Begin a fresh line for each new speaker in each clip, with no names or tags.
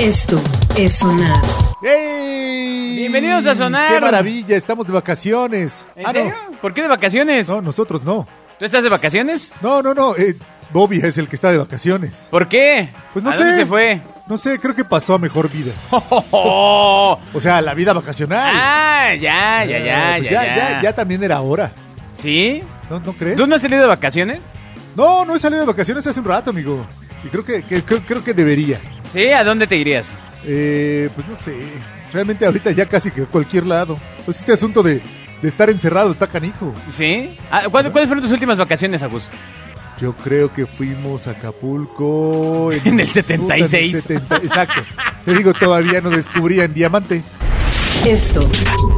Esto es sonar.
¡Ey!
Bienvenidos a Sonar.
¡Qué maravilla! Estamos de vacaciones.
¿En
Ah,
serio? ¿Por qué de vacaciones?
No, no, nosotros no.
¿Tú estás de vacaciones?
No, no, no. eh, Bobby es el que está de vacaciones.
¿Por qué?
Pues no
¿A
sé.
dónde se fue?
No sé, creo que pasó a mejor vida.
¡Oh!
O sea, la vida vacacional.
Ah, ya, ya, ya,
Eh,
ya,
pues
ya,
ya, ya también era hora.
¿Sí?
¿No, no crees?
¿Tú no has salido de vacaciones?
No, no he salido de vacaciones hace un rato, amigo. Y creo que, que- creo, creo que debería.
¿Sí? ¿A dónde te irías?
Eh, pues no sé. Realmente ahorita ya casi que a cualquier lado. Pues este asunto de, de estar encerrado está canijo.
¿Sí? Ah, ¿cuándo- ¿Cuáles fueron tus últimas vacaciones, Agus?
Yo creo que fuimos a Acapulco
En el 76.
Puta, en el 70, exacto. Te digo, todavía no descubrían diamante.
Esto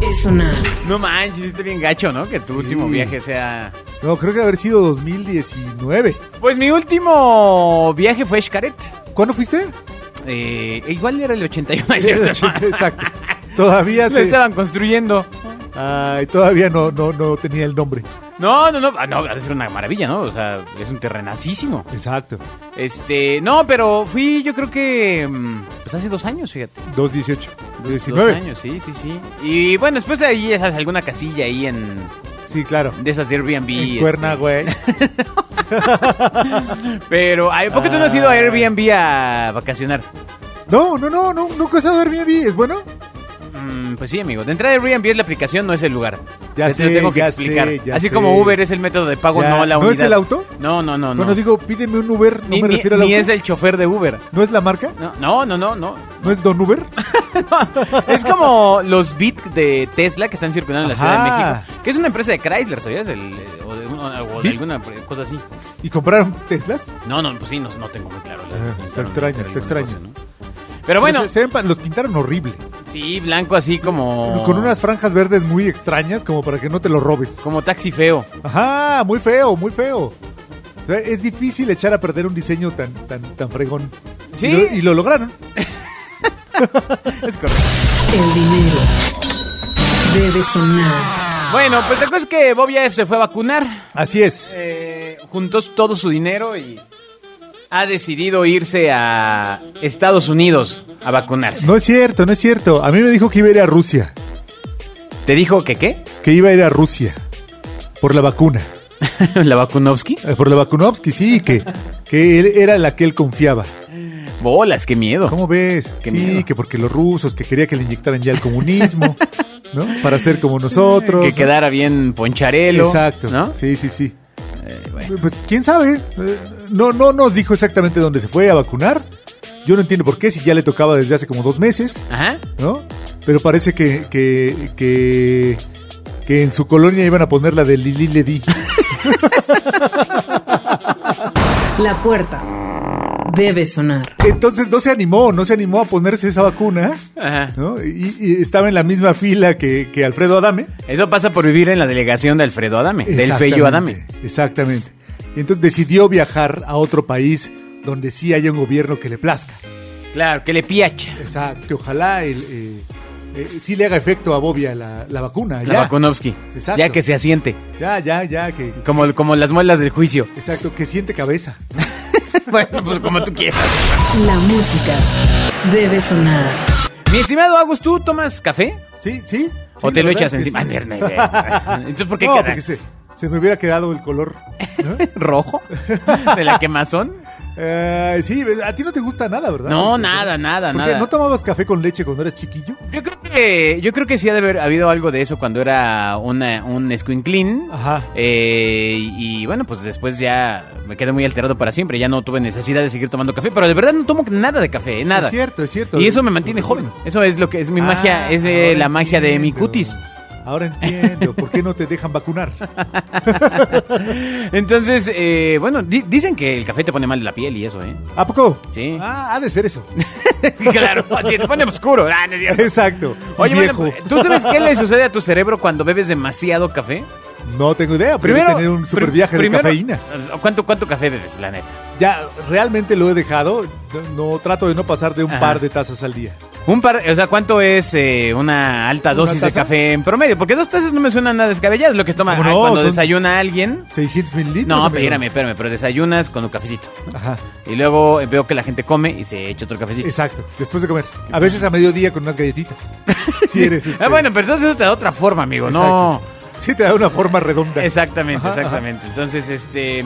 es sonar.
No manches, está bien gacho, ¿no? Que tu último viaje sea...
No, creo que haber sido 2019.
Pues mi último viaje fue a Xcaret.
¿Cuándo fuiste?
Eh, igual era el 81, es ¿cierto?
Exacto. Todavía
Lo
se...
estaban construyendo.
Ay, todavía no, no, no tenía el nombre.
No, no, no, ah, no, ha de ser una maravilla, ¿no? O sea, es un terrenacísimo.
Exacto.
Este, no, pero fui yo creo que mm, pues hace dos años, fíjate.
2018.
Dos
19.
años, sí, sí, sí. Y bueno, después de ahí, ya sabes, alguna casilla ahí en
Sí, claro.
de esas de Airbnb.
En
este,
Cuerna, güey.
Pero, ay, ¿por qué tú no has
Ah.
ido a Airbnb a vacacionar?
No, no, no, no, nunca he estado bien, ¿Es bueno?
Mm, pues sí, amigo. De entrada Airbnb es la aplicación, no es el lugar.
Ya
Te- te
sé,
lo tengo que
ya
explicar.
sé, ya
Así
sé.
como Uber es el método de pago,
Ya.
no la
¿No
unidad.
es el auto?
No, no, no, no.
Bueno, digo, pídeme un Uber, no
ni,
me
ni-
refiero al
ni
auto.
es el chofer de Uber.
¿No es la marca?
No, no, no, no, no.
¿No es Don Uber?
Es como los Bit de Tesla que están circulando en la Ciudad de
Ajá.
México. Que es una empresa de Chrysler, ¿sabías? El, eh, o de, un- o de
¿Bit?
alguna pre- cosa así.
¿Y compraron Teslas?
No, no, pues sí, no, no tengo muy claro. la-
Ajá, está
pensaron
extraño,
hacer
está
alguna
extraño. Pues, eh,
cosa, ¿no? Pero bueno,
Se- se empa- los pintaron horrible.
sí, blanco así como...
Con unas franjas verdes muy extrañas, como para que no te lo robes.
Como taxi feo.
Ajá, muy feo, muy feo. O sea, Es difícil echar a perder un diseño tan, tan, tan fregón.
Sí.
Y lo, y lo lograron.
Es correcto.
El dinero debe sonar.
Bueno, pues la cosa es que Bob Yaef se fue a vacunar.
Así es.
Eh, juntó todo su dinero y ha decidido irse a Estados Unidos a vacunarse.
No es cierto, no es cierto. A mí me dijo que iba a ir a Rusia.
¿Te dijo que qué?
Que iba a ir a Rusia. Por la vacuna.
¿La vacunovsky?
Eh, Por la Vakunovsky, sí, que, que él era la que él confiaba.
Bolas, qué miedo.
¿Cómo ves?
Qué
sí,
miedo.
que porque los rusos, que quería que le inyectaran ya el comunismo, ¿no? Para ser como nosotros.
Que quedara bien poncharelo.
Exacto.
¿no?
Sí, sí, sí.
Eh, bueno.
Pues quién sabe. Eh, No, no nos dijo exactamente dónde se fue a vacunar. Yo no entiendo por qué, si ya le tocaba desde hace como dos meses,
Ajá.
¿no? Pero parece que, que, que, que en su colonia iban a poner la de Lili Ledi.
La puerta debe sonar.
Entonces no se animó, no se animó a ponerse esa vacuna,
Ajá.
¿no? Y, y estaba en la misma fila que, que Alfredo Adame.
Eso pasa por vivir en la delegación de Alfredo Adame, del Fello Adame.
Exactamente, Exactamente. Y entonces decidió viajar a otro país donde sí haya un gobierno que le plazca.
Claro, que le piacha.
Exacto, que ojalá el, eh, eh, sí le haga efecto a Bobia la, la vacuna.
La
ya.
Vakunovsky.
Exacto.
Ya que se asiente.
Ya, ya, ya, que,
Como, como las muelas del juicio.
exacto, que siente cabeza.
bueno, pues como tú quieras.
La música debe sonar.
Mi estimado Agus, ¿tú tomas café?
¿Sí? ¿Sí?
¿O
sí,
te
la
lo
verdad
echas
es que
encima?
sí.
Ah, no, no, no. Entonces, ¿por qué
no,
cara?
porque se, se me hubiera quedado el color. ¿no?
¿Rojo? ¿De la quemazón?
Eh, sí, a ti no te gusta nada, ¿verdad?
No,
Porque-
nada, nada,
porque
nada.
¿No tomabas café con leche cuando eras chiquillo?
Yo creo que, yo creo que sí ha de haber habido algo de eso cuando era una, un squinclin.
Ajá.
Eh, y bueno, pues después ya me quedé muy alterado para siempre. Ya no tuve necesidad de seguir tomando café, pero de verdad no tomo nada de café, eh, nada.
Es cierto, es cierto.
Y eso me mantiene joven. Eso es lo que es mi magia,
Ah,
es eh,
ahora
la magia de mi
entiendo.
cutis.
Ahora entiendo, ¿por qué no te dejan vacunar?
Entonces, eh, bueno, di- dicen que el café te pone mal la piel y eso, ¿eh?
¿A poco?
Sí.
Ah, ha de ser eso.
claro, así te pone oscuro. Ah, no es cierto.
Exacto.
Oye,
viejo.
bueno, ¿tú sabes qué le sucede a tu cerebro cuando bebes demasiado café?
No tengo idea, pero
Primero,
tener un super
prim-
viaje de
primero-
cafeína.
¿Cuánto, ¿Cuánto café bebes, la neta?
Ya realmente lo he dejado. No, no, trato de no pasar de un
Ajá.
par de tazas al día.
Un par, o sea, ¿cuánto es eh, una alta
¿Una
dosis de
taza?
café en promedio? Porque dos tazas no me suena nada descabellado, es lo que toma
¿Cómo
ah,
no?
cuando
Son-
desayuna alguien.
600 mililitros.
No,
amigo.
espérame, espérame, pero desayunas con un cafecito.
Ajá,
Y luego eh, veo que la gente come y se echa otro cafecito.
exacto. Después de comer. A veces a mediodía con unas galletitas. Si eres este,
Ah, bueno, pero entonces eso te da otra forma, amigo, no.
exacto. Sí te da una forma redonda.
Exactamente,
Ajá, ajá.
exactamente. Entonces, este.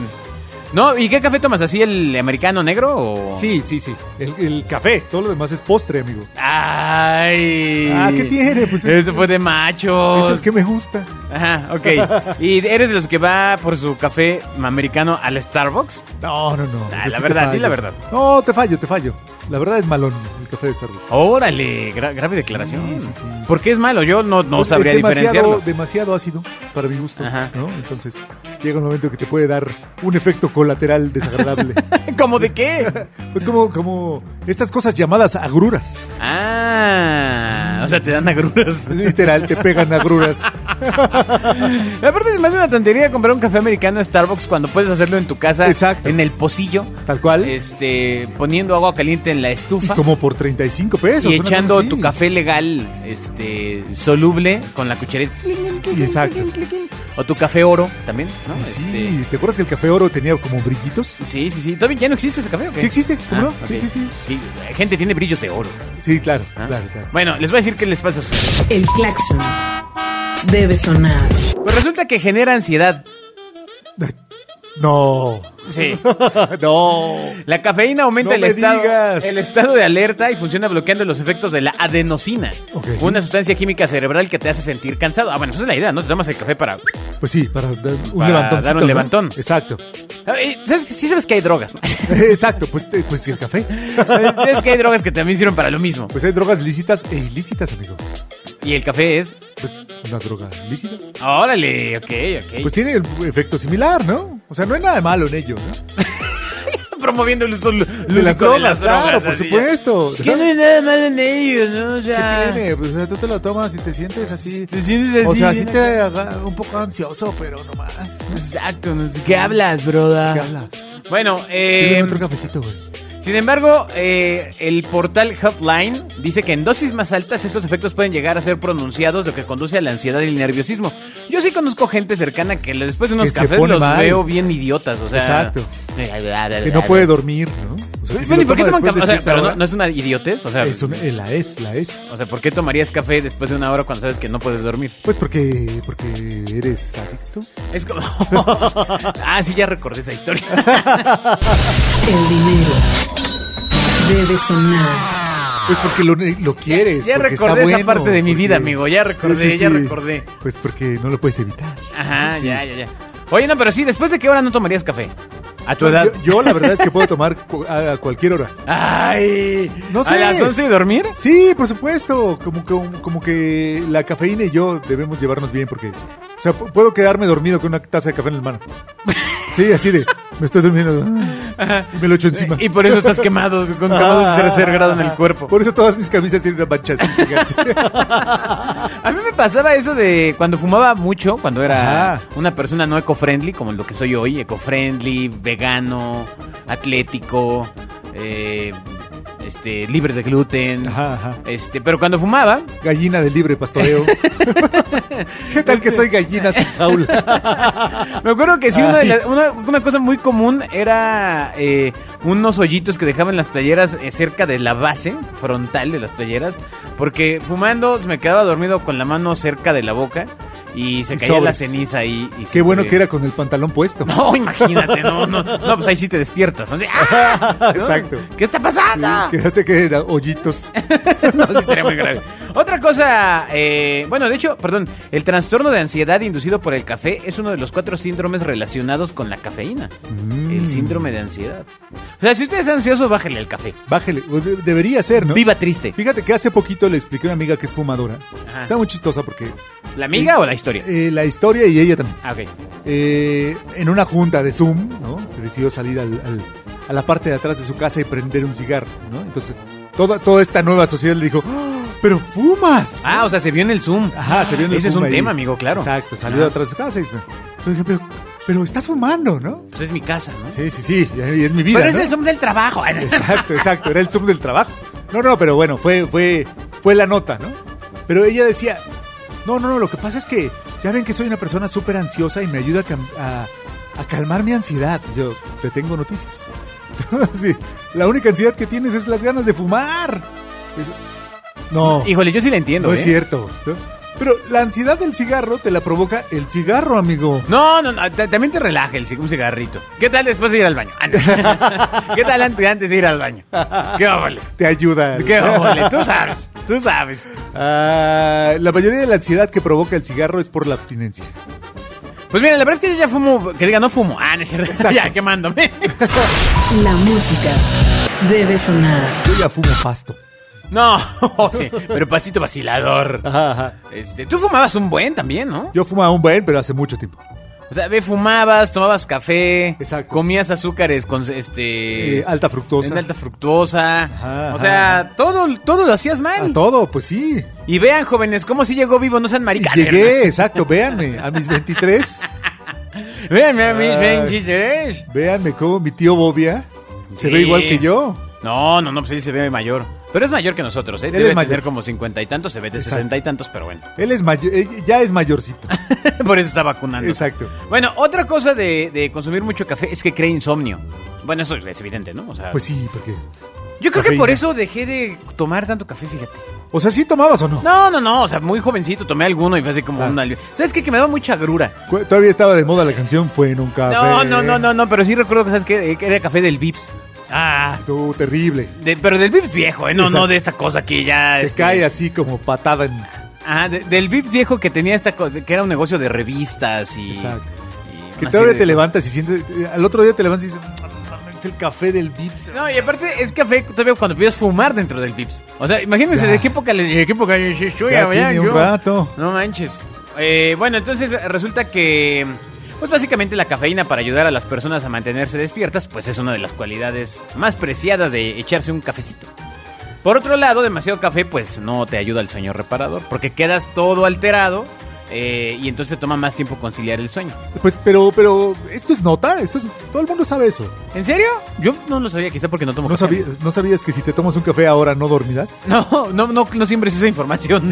No, ¿y qué café tomas? ¿Así el americano negro o.?
Sí, sí, sí. El, el café. Todo lo demás es postre, amigo.
¡Ay!
Ah, ¿qué tiene? Pues es-
Eso fue de machos.
Es el que me gusta.
Ajá, ok. ¿Y eres de los que va por su café americano al Starbucks?
No, no, no.
Ah,
Eso
la
te
verdad, di
fallo.
la verdad.
No, te fallo, te fallo. La verdad es malón el café de Starbucks.
Órale, gra- grave declaración.
sí, sí.
¿Por qué es malo? Yo no, no
Es
sabría
demasiado-
diferenciarlo.
Demasiado ácido para mi gusto,
Ajá.
¿no? Entonces llega un momento que te puede dar un efecto colateral desagradable.
¿Cómo de qué?
pues como, como estas cosas llamadas agruras.
Ah, o sea, te dan agruras.
Literal, te pegan agruras.
Aparte es más una tontería comprar un café americano a Starbucks cuando puedes hacerlo en tu casa,
Exacto.
en el pocillo,
Tal cual.
este, poniendo agua caliente en la
y
estufa.
como por 35 pesos.
y
una
echando
cosa así.
tu café legal este soluble con la cucharita
Exacto.
o tu café oro también no
Sí, ¿te acuerdas que el café oro tenía como brillitos?
este sí sí sí todavía ya no existe ese café o qué? Ah,
Sí existe, ¿cómo no?
ok.
Sí, sí, sí.
gente tiene brillos de oro
Sí, claro,
¿ah?
claro, claro.
bueno les voy a decir qué les pasa a sus-
El claxon debe sonar.
pues resulta que genera ansiedad
No.
sí
no.
la cafeína aumenta
No
el
me
estado
digas.
el estado de alerta y funciona bloqueando los efectos de la adenosina
Ok.
una sustancia química cerebral que te hace sentir cansado ah bueno esa es la idea no te tomas el café para
Pues sí, para dar un
Para
levantoncito,
dar un
¿no?
levantón.
Exacto.
Ah, eh, ¿Sabes? que- Sí sabes que hay drogas, ¿no?
Exacto, pues, te- pues sí, el café.
sabes que hay drogas que también sirven para lo mismo.
Pues hay drogas lícitas e ilícitas, amigo.
Y el café es...
Pues una droga lícita.
Órale, ok, ok.
Pues tiene el efecto similar, ¿no? O sea, no hay nada de malo en ello, ¿no?
promoviendo el uso lú- lúdico
las
de
drogas,
las drogas.
claro, por
así ya.
supuesto.
Es que no hay nada malo en ello, ¿no? O sea...
Pues ¿Qué tiene? Pues o sea, tú te lo tomas y te sientes así.
Te sientes
o
así,
sea, sí
bien
te haga un poco ansioso, pero no más. No sé
Exacto, no sé ¿qué hablas, broda?
¿Qué habla?
Bueno,
Quiero
eh,
otro cafecito, güey.
sin embargo, eh, el portal Healthline dice que en dosis más altas estos efectos pueden llegar a ser pronunciados, lo que conduce a la ansiedad y el nerviosismo. Yo sí conozco gente cercana que después de unos
Que se
cafés
pone
los
mal.
veo bien idiotas, o sea... eh,
Exacto. Que no puede dormir, ¿no? O sea, que si
Bueno,
lo
¿y por qué
toma
toman café?
después de
O sea,
cierta
pero no,
hora,
no es una idiotez, o sea,
es un- eh, la es, la es.
o sea, ¿por qué tomarías café después de una hora cuando sabes que no puedes dormir?
Pues porque, porque eres adicto.
Es como... ah, sí, ya recordé esa historia.
El dinero debe sonar.
Pues porque lo, ne- lo quieres.
ya
porque está
recordé esa
bueno,
parte de mi
porque-
vida, amigo, ya recordé, ya recordé.
Pues porque no lo puedes evitar.
Ajá,
Sí.
ya, ya, ya. Oye, no, pero sí, ¿después de qué hora no tomarías café? A tu edad.
Yo, yo la verdad es que puedo tomar cu- a a cualquier hora.
Ay,
No
¿a
sé.
las 11 y dormir?
Sí, por supuesto. Como, como, como que la cafeína y yo debemos llevarnos bien porque... O sea, pu- puedo quedarme dormido con una taza de café en el mano. Sí, así de... Me estoy durmiendo. ah, Y me lo echo encima.
Y por eso estás quemado, con quemado de tercer grado en el cuerpo.
Por eso todas mis camisas tienen una mancha así gigante.
A mí me pasaba eso de cuando fumaba mucho, cuando era
Ajá.
una persona no eco-friendly, como lo que soy hoy, eco-friendly, vegano, atlético, eh, este, libre de gluten.
Ajá, ajá.
Este, pero cuando fumaba,
Gallina de libre pastoreo. ¿Qué tal que soy gallina sin jaula?
me acuerdo que sí, una, de
Ay.
las- una- una cosa muy común era eh, unos hoyitos que dejaban las playeras eh, cerca de la base frontal de las playeras, porque fumando me quedaba dormido con la mano cerca de la boca y se
Y
caía la
sobres.
ceniza ahí. y
Qué
se-
bueno que era con el pantalón puesto.
No, imagínate, no, no, no, pues ahí sí te despiertas. ¿no? Así, ¡ah! ¿no?
Exacto.
¿Qué está pasando?
Fíjate que era hoyitos.
no, sí estaría muy grave. Otra cosa, eh, bueno, de hecho, perdón, el trastorno de ansiedad inducido por el café es uno de los cuatro síndromes relacionados con la cafeína.
Mm.
El síndrome de ansiedad. O sea, si usted es ansioso, bájele el café.
Bájele. o de- Debería ser, ¿no?
Viva Ah. triste.
Fíjate que hace poquito le expliqué a una amiga que es fumadora.
Ajá.
Está muy chistosa porque
¿La amiga o la historia?
eh, la historia y ella también.
Ah, ok.
Eh, en una junta de Zoom, ¿no? Se decidió salir al- al- a la parte de atrás de su casa y prender un cigarro, ¿no? Entonces, toda, toda esta nueva sociedad le dijo, "¡Ah! pero fumas.
Ah, o sea, se vio en el Zoom.
Ajá, se vio en el
Ese es
Zoom
un
ahí.
tema, amigo, claro.
Exacto, salió de
Ah,
atrás de su casa y yo dije, pero, pero estás fumando, ¿no?
Pues es mi casa, ¿no?
Sí, sí, sí, y es mi vida.
Pero es
¿no?
el Zoom del trabajo.
Exacto, exacto, era el Zoom del trabajo. No, no, pero bueno, fue, fue, fue la nota, ¿no? Pero ella decía, no, no, no, lo que pasa es que ya ven que soy una persona súper ansiosa y me ayuda a, cam- a- a calmar mi ansiedad. Yo, te tengo noticias. Sí, la única ansiedad que tienes es las ganas de fumar. Dice, No,
Híjole, yo sí la entiendo.
no
¿eh?
es cierto. ¿no? Pero la ansiedad del cigarro te la provoca el cigarro, amigo.
No, no, no, ta- también te relaja el cig- un cigarrito. ¿Qué tal después de ir al baño? Ah, no. ¿Qué tal antes, antes de ir al baño? ¿Qué óvole?
Te ayuda.
¿Qué óvole? Tú sabes, tú sabes.
Ah, la mayoría de la ansiedad que provoca el cigarro es por la abstinencia.
Pues mira, la verdad es que yo ya fumo, que diga no fumo. Ah, no es cierto. Ya, quemándome.
La música debe sonar.
Yo ya fumo pasto.
No, oh, sí, pero pasito vacilador.
Ajá, ajá.
Este, tú fumabas un buen también, ¿no?
Yo fumaba un buen, pero hace mucho tiempo.
O sea, ve, fumabas, tomabas café,
Exacto.
comías azúcares con este
Eh, alta fructosa.
en alta fructuosa.
Ajá,
o sea,
ajá.
todo todo lo hacías mal.
A todo, pues sí.
Y vean, jóvenes, cómo si llegó vivo, no sean
Y
maricas.
llegué, exacto, véanme, a mis 23.
Vean, vean, vean, vean,
Ay.
vean.
Véanme cómo mi tío Bobia se ve
Sí.
igual que yo.
No, no, no, pues él se ve mayor. Pero es mayor que nosotros, ¿eh?
Él
Debe
es mayor.
tener como cincuenta y tantos, se ve de
Exacto.
sesenta y tantos, pero bueno.
Él es mayor, eh, ya es mayorcito.
Por eso está vacunando.
Exacto.
Bueno, otra cosa de, de consumir mucho café es que crea insomnio. Bueno, eso es evidente, ¿no? O sea,
Pues sí, porque.
yo creo que
cafeína.
por eso dejé de tomar tanto café, fíjate.
O sea, ¿sí tomabas o no?
No, no, no, o sea, muy jovencito tomé alguno y fue así como
Ah.
un alivio. ¿Sabes qué? Que me daba mucha grura.
Cu- Todavía estaba de moda la canción, fue en un café.
No, no, no, no, no, pero sí recuerdo que, ¿sabes qué? Eh, que era café del Vips. Ah,
Tú, terrible.
de- pero del Vips viejo, ¿eh? No,
Exacto.
no de esta cosa que ya...
Te
este,
cae así como patada en.
Ah, de- del VIP viejo que tenía esta co- que era un negocio de revistas y.
Exacto.
y
Que
una
todavía
serie
te
de-
levantas y sientes. eh, Al otro día te levantas y dices. Es el café del Vips.
No, y aparte es café todavía cuando pides fumar dentro del VIPs. O sea, imagínense
Ya.
de qué época les de qué época yo- yo- yo-
Ya
ya-
tiene un
yo-
rato.
No manches. Eh, bueno, entonces resulta que. Pues básicamente la cafeína para ayudar a las personas a mantenerse despiertas, pues es una de las cualidades más preciadas de echarse un cafecito. Por otro lado, demasiado café pues no te ayuda al sueño reparador, porque quedas todo alterado eh, y entonces te toma más tiempo conciliar el sueño.
Pues, pero, pero, esto es nota, esto es, todo el mundo sabe eso.
¿En serio? Yo no lo sabía, quizá porque no tomo
¿No,
café.
sabí- ¿No sabías que si te tomas un café ahora no dormirás?
No, no, no, no siempre es esa información.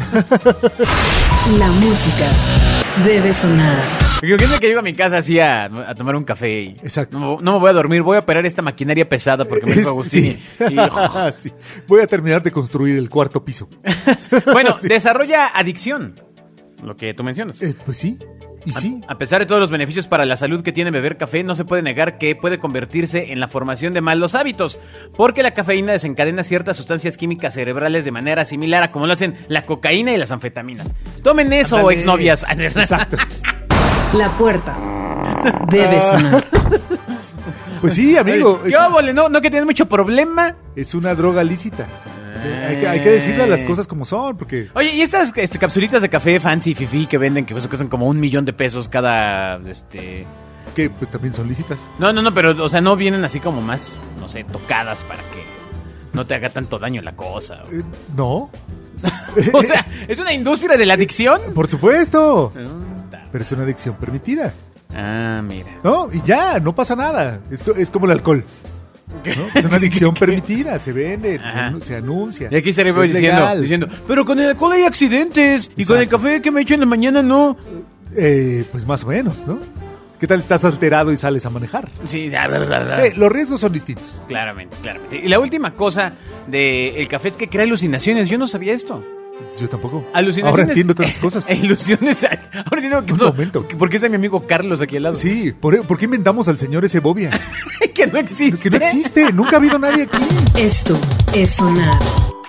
La música debe sonar.
Yo pienso que llego a mi casa así a, a tomar un café y
Exacto.
No, no me voy a dormir, voy a operar esta maquinaria pesada porque me dijo Agustín.
Sí. Ah,
y- y-
Sí. Voy a terminar de construir el cuarto piso.
bueno, desarrolla adicción, lo que tú mencionas.
Eh, pues sí, y sí.
A pesar de todos los beneficios para la salud que tiene beber café, no se puede negar que puede convertirse en la formación de malos hábitos, porque la cafeína desencadena ciertas sustancias químicas cerebrales de manera similar a como lo hacen la cocaína y las anfetaminas. Tomen eso,
Ándale.
exnovias.
Exacto.
La puerta debe sonar.
Pues sí, amigo.
Ay,
es,
¿Qué óvole? no, no que tienes mucho problema.
es una droga lícita. Hay, que-
Eh.
hay que decirle las cosas como son, porque.
Oye, ¿y estas este, capsulitas de café fancy fifi que venden que pues, cuestan como un millón de pesos cada este
Que pues también son lícitas.
No, no, no, pero o sea, no vienen así como más, no sé, tocadas para que no te haga tanto daño la cosa.
Eh, no,
O sea, es una industria de la adicción.
por supuesto. Pero es una adicción permitida.
Ah, mira.
No, y ya, no pasa nada. Es, co- es como el alcohol. ¿no? Es una adicción permitida, se vende, se,
Ajá.
anu- se anuncia.
Y aquí estaré pues,
Es
diciendo,
legal.
diciendo, pero con el alcohol hay accidentes y con el
Exacto.
café que me echo en la mañana no.
Eh, pues más o menos, ¿no? ¿Qué tal estás alterado y sales a manejar?
Sí, la verdad.
Eh, los riesgos son distintos.
Claramente, claramente. Y la última cosa del el café es que crea alucinaciones. Yo no sabía esto.
Yo tampoco.
Alucinaciones.
Ahora entiendo tantas cosas.
Ilusiones. Ahora entiendo que
Un
no-
momento.
que- ¿Por qué está mi amigo Carlos aquí al lado?
Sí, ¿por, por qué inventamos al señor ese bobia?
que no existe.
Que no existe, nunca ha habido nadie aquí.
Esto es sonar.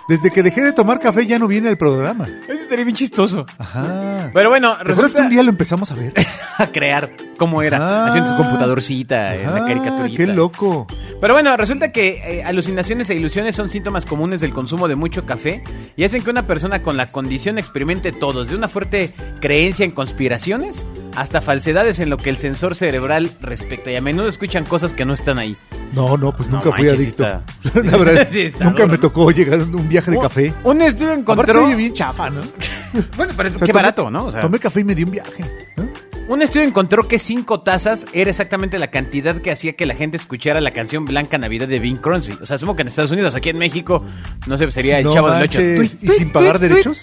Desde que dejé de tomar café ya no viene al programa.
Eso estaría bien chistoso.
Ajá.
Pero bueno,
¿Te acuerdas
resulta
que un día lo empezamos a ver?
a crear cómo era.
Ah.
haciendo su computadorcita, en la
Ah,
caricaturita.
Qué loco.
Pero bueno, resulta que eh, alucinaciones e ilusiones son síntomas comunes del consumo de mucho café y hacen que una persona con la condición experimente todo, desde una fuerte creencia en conspiraciones hasta falsedades en lo que el sensor cerebral respecta. Y a menudo escuchan cosas que no están ahí.
No, no, pues
No
nunca fui
manches,
adicto.
sí
La verdad,
Sí está
nunca me
duro, ¿no? Oh,
tocó llegar a un viaje de café.
Un un estudio
Aparte se
encontró.
oye bien chafa, ¿no?
Bueno, pero
O sea,
qué
tomé-
barato, ¿no? O sea,
Tomé café y me di un viaje. ¿no?
un Un estudio encontró que cinco tazas era exactamente la cantidad que hacía que la gente escuchara la canción Blanca Navidad de Bing Crosby. O sea, asumo que en Estados Unidos, aquí en México, no sé, sería el
No
chavo del
manches,
Ocho.
¿y sin pagar derechos?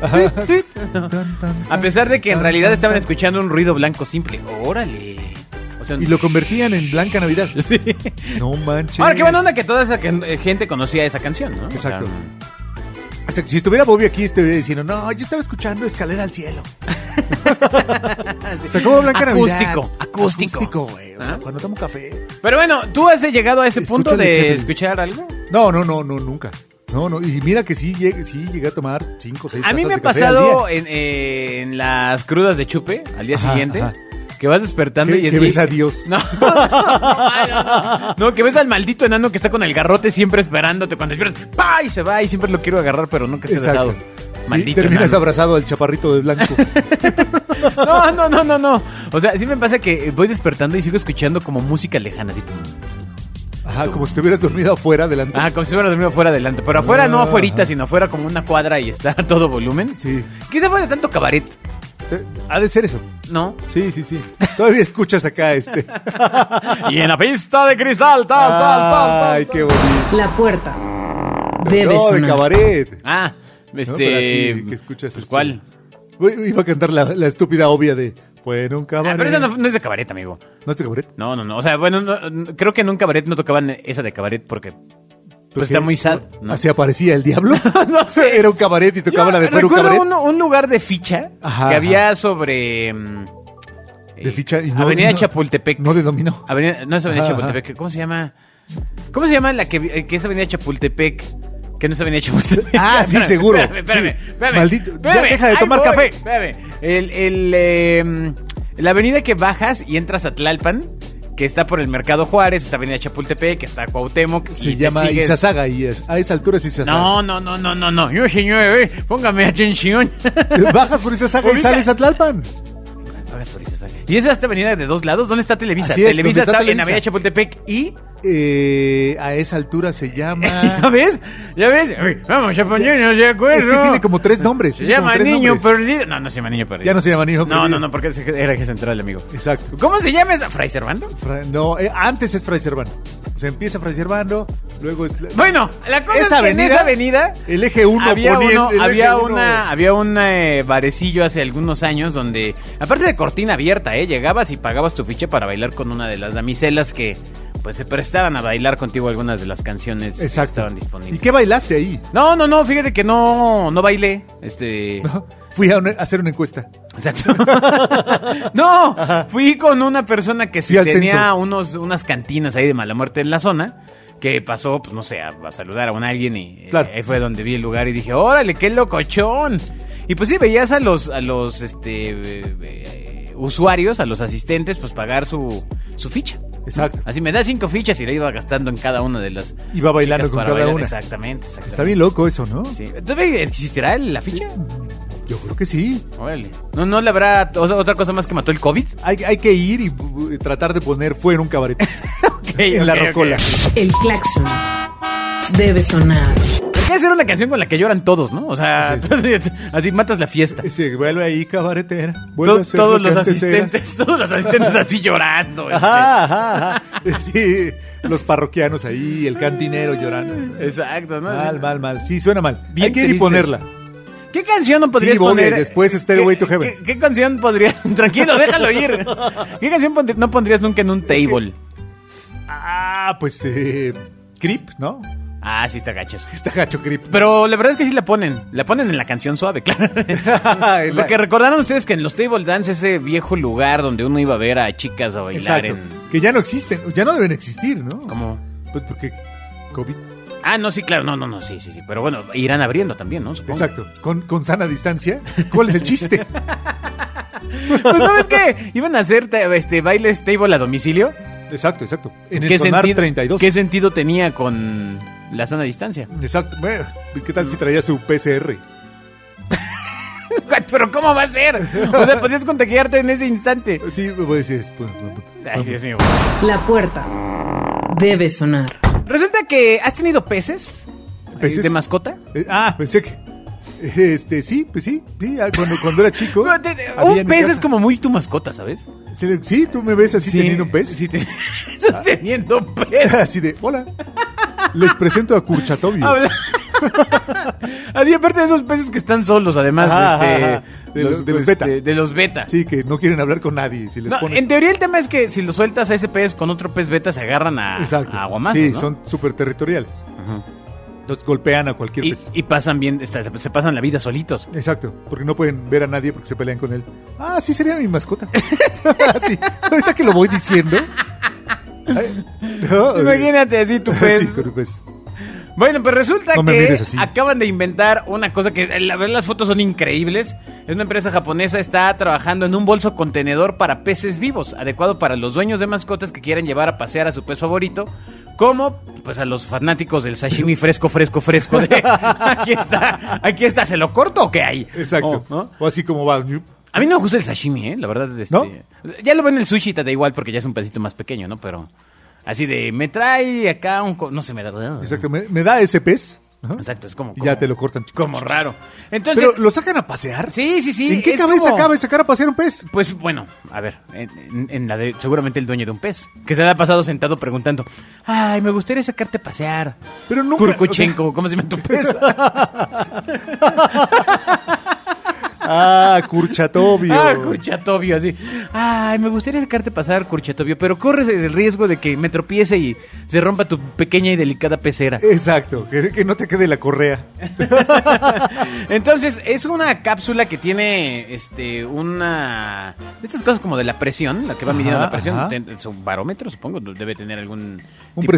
Ah,
Ajá.
Tan, tan, tan,
A pesar de que en
tan,
realidad
tan,
estaban
tan.
escuchando un ruido blanco simple. Órale. O sea,
Y lo convertían en Blanca Navidad.
sí.
No manches.
Ahora, qué buena onda que toda esa can- eh, gente conocía esa canción, ¿no?
Exacto.
O sea,
O sea, Si estuviera Bobby aquí, estuviera diciendo, no, yo estaba escuchando Escalera al Cielo. o sea, como Blanca Navidad.
Acústico, acústico.
Acústico, güey. O sea,
¿Ah?
cuando tomo café.
Pero bueno, ¿tú has llegado a ese
Escucha
punto
el
de
Zeppelin.
escuchar algo?
No, no, no, no, nunca. No, no. Y mira que sí, llegué, sí llegué a tomar cinco, seis
A mí
tazas
me ha
de café al
pasado
día.
en, eh, en las crudas de chupe al día
Ajá,
siguiente.
ajá.
Que vas despertando
Que-
y es
que ves a Dios.
No. no, que ves al maldito enano que está con el garrote siempre esperándote cuando despiertas. ¡Pa! Y se va y siempre lo quiero agarrar, pero nunca se ha
Exacto.
dejado.
Sí,
Maldito
terminas
enano.
abrazado al chaparrito de blanco.
No, no, no, no, no. O sea, sí me pasa que voy despertando y sigo escuchando como música lejana. Así como,
Ajá, como si te hubieras dormido afuera delante.
ah, como si hubiera dormido afuera adelante. Pero afuera no
Ah,
afuerita,
ajá.
sino afuera como una cuadra y está a todo volumen.
Sí.
Quizá fue de tanto cabaret, Ah.
Eh, Ha de ser eso.
¿no?
Sí, sí, sí. Todavía escuchas acá este.
Y en la pista de cristal, tal, tal, tal, tal.
Ay, qué bonito.
La puerta debe
no, de
sonar.
cabaret.
Ah,
No,
este.
pero así que escuchas
pues,
este-
¿Cuál?
Uy, Iba a cantar la, la estúpida obvia de Fue un
Ah,
cabaret.
pero esa no, no es de cabaret, amigo.
¿No es de cabaret?
No, no, no. O sea, bueno, no- no- creo que en un cabaret no tocaban esa de cabaret porque. Pues
Porque
está muy sad. ¿no?
¿Así aparecía el diablo?
No sé.
Era un cabaret y tocaba
Yo
la de Fue un
recuerdo
cabaret.
un, un lugar de ficha
Ajá,
que
ajá.
había sobre. mm,
De
eh,
ficha y no-
Avenida
y no-
Chapultepec.
No de dominó.
Avenida- no es Avenida
Ajá,
Chapultepec. ¿Cómo se llama? ¿Cómo se llama la que, eh, que es Avenida Chapultepec? Que no es Avenida Chapultepec.
Ah, sí,
Espérame,
seguro.
Espérame, espérame.
Sí.
espérame.
Maldito, ya
Espérame.
deja de
Ahí
tomar
voy,
café.
Espérame. El, el, eh, la avenida que bajas y entras a Tlalpan, que está por el Mercado Juárez, está Avenida Chapultepec, que está Cuauhtémoc. y
Se
te
llama
sigues-
Izazaga y es- a esa altura es Izazaga.
No, no, no, no, no, no. Yo, señor, eh, póngame atención.
Bajas por Izazaga y
Ubica-
sales a Tlalpan.
Pagas por Izazaga. Y esa es esta avenida de dos lados. ¿Dónde está Televisa?
Así es, ¿dónde
Televisa
está
está, en
Televisa?
Avenida Chapultepec y.
Eh, a esa altura se
¿Ya
llama.
ves? ¿Ya ves? Uy, vamos a ponernos de acuerdo.
Es que tiene como tres nombres,
Se
tiene como
llama
tres
Niño
nombres.
Perdido. No, no se llama Niño Perdido.
Ya no se llama Niño
No,
Perdido.
no, no, porque ese era eje central, amigo.
Exacto.
¿Cómo se llama esa? ¿Fray Servando?
Fra- No, eh, antes es Fray Servando. O sea, empieza Fray Servando, luego es.
Bueno, la cosa es que en esa avenida
El eje 1
había,
poniente.
uno-
el
había
eje uno-
una, había un eh, barecillo hace algunos años donde, aparte de cortina abierta, eh, llegabas y pagabas tu ficha para bailar con una de las damiselas que pues se prestaban a bailar contigo algunas de las canciones que
Exacto.
estaban
¿Y
disponibles.
qué bailaste ahí?
No, no, no, fíjate que no, no bailé. Este.
Fui a, una- a hacer una encuesta.
Exacto. no, fui con una persona que sí
Fui al
tenía
censo.
unos, unas cantinas ahí de mala muerte en la zona. Que pasó, pues no sé, a, a saludar a un alguien y eh,
Claro.
ahí fue donde vi el lugar y dije, órale, qué locochón. Y pues sí, veías a los, a los este eh, eh, usuarios, a los asistentes, pues pagar su, su ficha.
Exacto.
Así me da cinco fichas y la iba gastando en cada una de las.
Iba bailando
chicas
con
para
cada una.
Exactamente, exactamente.
Está bien loco eso, ¿no?
Sí. ¿Todavía existirá la ficha?
Yo creo que sí.
Órale. No, no le habrá o sea, otra cosa más que mató el COVID.
Hay, hay que ir y bu- bu- tratar de poner fuera un cabaret en la rocola.
El claxon debe sonar.
Hay que hacer una canción con la que lloran todos, ¿no? O sea,
Ah, Sí,
así matas la fiesta.
Y se vuelve ahí cabaretera. Vuelve
To-
a ser
todos
lo que
los
antes eras.
asistentes, todos los asistentes así llorando. este.
Ajá, ajá, ajá. Sí, los parroquianos ahí, el cantinero llorando.
Exacto, ¿no?
Mal, mal, mal. Sí, suena mal.
Bien
hay que ir y
tristes.
ponerla.
¿Qué canción no podrías
Sí, Bowie,
poner?
después
eh,
Stairway
¿qué-
to Heaven.
¿qué, qué canción podrías? Tranquilo, déjalo ir. ¿Qué canción pondr- no pondrías nunca en un table?
Ah, pues eh, Creep, ¿no?
Ah, sí, está gacho. eso.
Está gacho Creep.
Pero la verdad es que sí la ponen. La ponen en la canción suave, claro.
En la-
Porque recordaron ustedes que en los table dance, ese viejo lugar donde uno iba a ver a chicas a bailar
Exacto.
en.
Que ya no existen, ya no deben existir, ¿no?
Como.
Pues porque COVID.
Ah, no, sí, claro, no, no, no, sí, sí, sí. Pero bueno, irán abriendo también, ¿no? Supongo.
Exacto. Con, con sana distancia. ¿Cuál es el chiste?
Pues no ves que iban a hacer ta- este, bailes table a domicilio.
Exacto, exacto. En el sonar 32.
¿Qué sentido tenía con la sana distancia?
Exacto. Bueno, ¿Qué tal si traía su PCR?
Pero ¿cómo va a ser? O sea, podías contagiarte en ese instante.
Sí, pues sí, es- pues, pues,
Ay, Dios mío.
La puerta debe sonar.
Resulta que has tenido peces, eh,
¿Peces?
de mascota.
Eh, ah, pensé que. Este, sí, pues sí, sí, ah, cuando, cuando era chico.
Bueno, te- te-
había
un
en mi
pez
casa-
es como muy tu mascota, ¿sabes?
Sí, Sí, tú me ves así teniendo un pez. Ah.
Sí, te- sosteniendo un pez.
Así de, hola. Les presento a Kurchatovio.
Habla- Así, aparte de esos peces que están solos, además,
Ajá,
este,
ajá, ajá. De los- de los beta.
este, de los beta.
Sí, que no quieren hablar con nadie. Si les
No,
pones.
en teoría el tema es que si lo sueltas a ese pez con otro pez beta se agarran a,
Exacto.
a guamazos,
sí,
Ah, ¿no?
son súper territoriales.
Ajá.
Los golpean a cualquier
Y,
pez.
y pasan bien, está- se pasan la vida solitos.
Exacto, porque no pueden ver a nadie porque se pelean con él. Ah, sí sería mi mascota. Sí, Ahorita que lo voy diciendo. Ay, no, eh,
Imagínate así tu pez.
Sí, tu pez.
Bueno, pues resulta
No me
que
mires así.
acaban de inventar una cosa que eh, la verdad las fotos son increíbles. Es una empresa japonesa está trabajando en un bolso contenedor para peces vivos, adecuado para los dueños de mascotas que quieran llevar a pasear a su pez favorito, como pues a los fanáticos del sashimi fresco, fresco, fresco. De, aquí está, aquí está, se lo corto o qué hay.
Exacto.
Oh, ¿no?
O así como va.
A mí no me gusta el sashimi, ¿eh? la verdad. Este,
¿No?
Ya lo ven en el sushi, te da igual porque ya es un pedacito más pequeño, ¿no? Pero así de, me trae acá un... co- No se me da...
Exacto, me, me da ese pez. Ajá.
Exacto, es como...
Y ya
como-
te lo cortan.
como raro. Entonces,
Pero lo sacan a pasear.
sí, sí, sí.
¿En qué
es
cabeza
como-
acaba de sacar a pasear un pez?
Pues bueno, a ver, en, en- en la de seguramente el dueño de un pez, que se le ha pasado sentado preguntando, ay, me gustaría sacarte a pasear.
Pero nunca.
Curcuchenko, ¿cómo se llama tu pez?
Ah, Kurchatovio.
ah, Kurchatovio, así. Ay, me gustaría sacarte a pasear, Kurchatovio, pero corres el riesgo de que me tropiece y se rompa tu pequeña y delicada pecera.
Exacto, que, que no te quede la correa.
Entonces, es una cápsula que tiene este una de estas cosas como de la presión, la que va midiendo
Ajá,
la presión,
ajá.
ten- es un barómetro, supongo, debe tener algún
Un
tipo de nombre.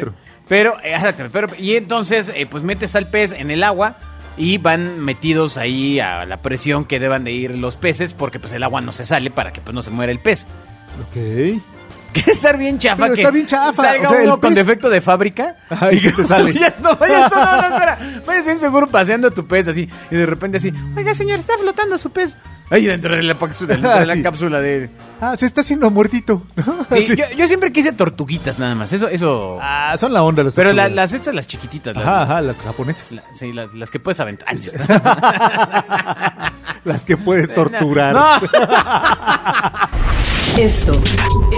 presionómetro.
Pero, eh, exacto, pero- y entonces eh, pues metes al pez en el agua y van metidos ahí a la presión que deban de ir los peces porque pues el agua no se sale para que pues no se muera el pez.
Ok.
Que estar bien chafa
Pero
que
está bien chafa,
salga
o sea, el
uno con
pez-
defecto de fábrica
Ay, que te sale.
Vayas, no, vayas, no, no, no, espera. Vayas bien seguro paseando tu pez así. Y de repente así, oiga, señor, está flotando su pez. Ahí dentro de la, pax- dentro de la
Sí.
cápsula de.
Ah, se está haciendo muertito. Ah,
Sí,
Sí.
Yo, yo siempre quise tortuguitas nada más. Eso, eso.
Ah, son la onda las
pero la-
tortugas.
las estas, las chiquititas. Las,
Ajá, ajá, las japonesas.
la- sí, las, las que puedes aventar.
Las que puedes torturar.
No.
Esto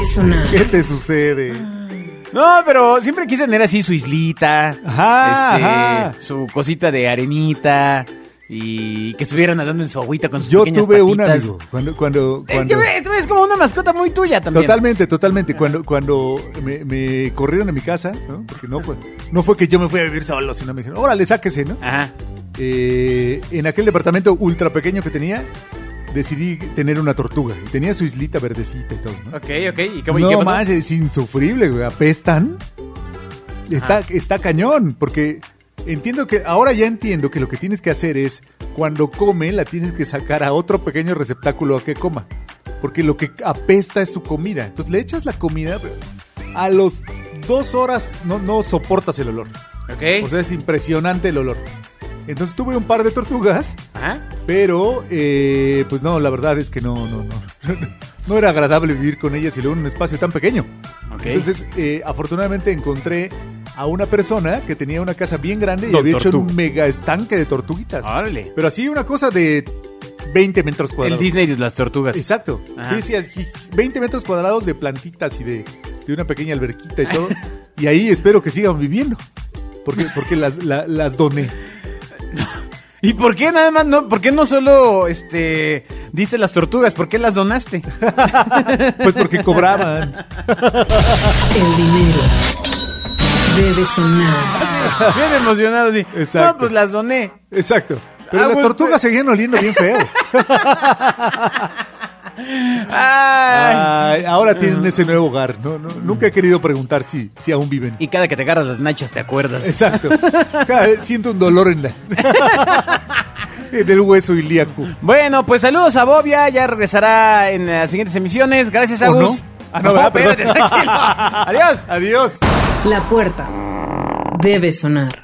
es sonar.
¿Qué te sucede?
Ah, No, pero siempre quise tener así su islita,
Ajá,
este,
ajá.
su cosita de arenita y que estuvieran nadando en su agüita con sus
Yo
pequeñas
tuve un
patitas.
amigo. Cuando, cuando,
Eh,
cuando-
ya ves, Es, como una mascota muy tuya también.
Totalmente, totalmente. Cuando, cuando me, me corrieron a mi casa, ¿no? Porque no fue, no fue que yo me fui a vivir solo, sino me dijeron, órale, sáquese, ¿no?
Ajá.
Eh, en aquel departamento ultra pequeño que tenía, decidí tener una tortuga. Y tenía su islita verdecita y todo, ¿no?
Ok, ok. ¿Y cómo, y
no
Ah, qué pasó?
manches, es insufrible, güey. Apestan. Está, está cañón, porque entiendo que, ahora ya entiendo que lo que tienes que hacer es, cuando come, la tienes que sacar a otro pequeño receptáculo a que coma. Porque lo que apesta es su comida. Entonces le echas la comida, pero a los dos horas no, no soportas el olor.
Ok.
O sea, es impresionante el olor. Entonces tuve un par de tortugas,
Ajá.
pero eh, pues no, la verdad es que no, no, no. No era agradable vivir con ellas y luego en un espacio tan pequeño.
Ok.
Entonces, eh, afortunadamente encontré a una persona que tenía una casa bien grande y
Don
había hecho
Tortuga. Ah.
un mega estanque de tortuguitas.
Órale.
Pero así una cosa de 20 metros
El
cuadrados.
Disney de las tortugas.
Exacto.
Ajá.
Sí, sí, así, 20 metros cuadrados de plantitas y de, de una pequeña alberquita y todo. y ahí espero que sigan viviendo. Porque, porque las, la- las doné.
¿Y por qué nada más no? ¿Por qué no solo este diste las tortugas? ¿Por qué las donaste?
Pues porque cobraban.
El dinero debe sonar.
Bien emocionado, sí.
Exacto.
No, pues las doné.
Exacto. Pero
Ah,
las
pues,
tortugas
pues.
seguían oliendo bien feo.
Ay. Mm.
Ay, ahora tienen ese nuevo hogar. No, no, nunca he querido preguntar si, si aún viven.
Y pues. cada que te agarras las nachas te acuerdas.
Exacto. Cada vez Siento un dolor en la. en el hueso ilíaco.
Bueno, pues saludos a Bobia, ya regresará en las siguientes emisiones. Gracias,
¿O
Agus.
no? Ah, no, ¿verdad? Perdón.
espérate, tranquilo. Adiós.
Adiós.
La puerta debe sonar.